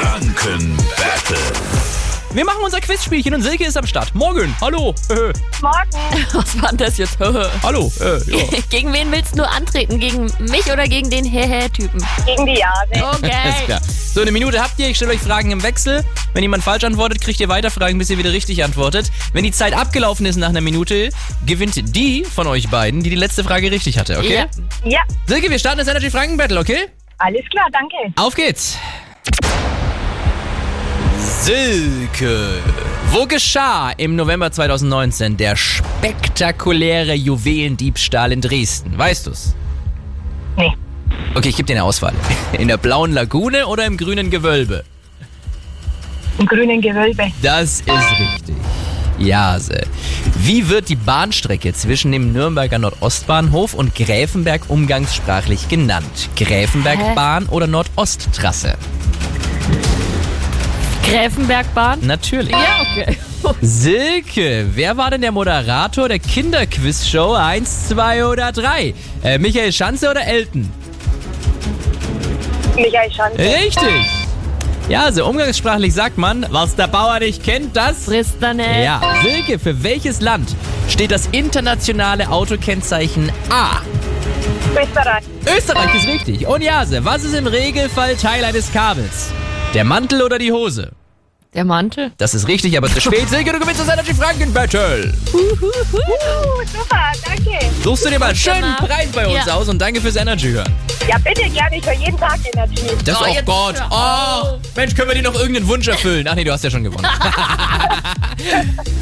Franken Battle. Wir machen unser Quizspielchen und Silke ist am Start. Morgen, hallo, äh, Morgen. Was war denn das jetzt? hallo, äh, ja. gegen wen willst du antreten? Gegen mich oder gegen den Hehe-Typen? Gegen die Jahre. Alles Okay. klar. So, eine Minute habt ihr. Ich stelle euch Fragen im Wechsel. Wenn jemand falsch antwortet, kriegt ihr weiter Fragen, bis ihr wieder richtig antwortet. Wenn die Zeit abgelaufen ist nach einer Minute, gewinnt die von euch beiden, die die letzte Frage richtig hatte, okay? Ja. Ja, Silke, wir starten das Energy Franken Battle, okay? alles klar, danke. Auf geht's. Silke. Wo geschah im November 2019 der spektakuläre Juwelendiebstahl in Dresden? Weißt du's? Nee, Okay, ich gebe dir eine Auswahl. In der blauen Lagune oder im grünen Gewölbe? im grünen Gewölbe. Das ist richtig. Jase. Wie wird die Bahnstrecke zwischen dem Nürnberger Nordostbahnhof und Gräfenberg umgangssprachlich genannt? Gräfenbergbahn oder Nordosttrasse? Gräfenbergbahn? Natürlich. Ja, okay. Silke, wer war denn der Moderator der Kinderquizshow 1, 2 oder 3? Äh, Michael Schanze oder Elton? Michael Schanze. Richtig. Jase, umgangssprachlich sagt man, was der Bauer nicht kennt, das Frisst dann ey. Ja, Silke, für welches Land steht das internationale Autokennzeichen A? Österreich. Österreich ist richtig. Und Jase, was ist im Regelfall Teil eines Kabels? Der Mantel oder die Hose? Der Mantel? Das ist richtig, aber zu spät. Silke, du gewinnst das Energy Franken Battle. Uh, super, danke. Suchst du dir mal einen schönen gemacht. Preis bei uns Ja. aus und danke fürs Energy hören. Ja, bitte gerne, ich höre jeden Tag Energy. Das Oh, oh, jetzt Gott. hör Oh, auf. Mensch, können wir dir noch irgendeinen Wunsch erfüllen? Ach nee, du hast ja schon gewonnen.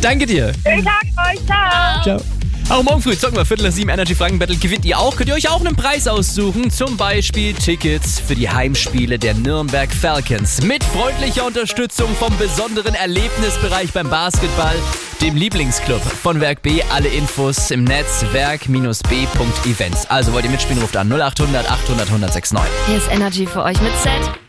danke dir. Schönen Tag euch, ciao. Ciao. Auch morgen früh zocken wir Viertel nach sieben Energy Franken Battle. Gewinnt ihr auch? Könnt ihr euch auch einen Preis aussuchen? Zum Beispiel Tickets für die Heimspiele der Nürnberg Falcons. Mit freundlicher Unterstützung vom besonderen Erlebnisbereich beim Basketball, dem Lieblingsclub von Werk B. Alle Infos im Netz werk-b.events. Also wollt ihr mitspielen, ruft an 0800 800 1069. Hier ist Energy für euch mit Set.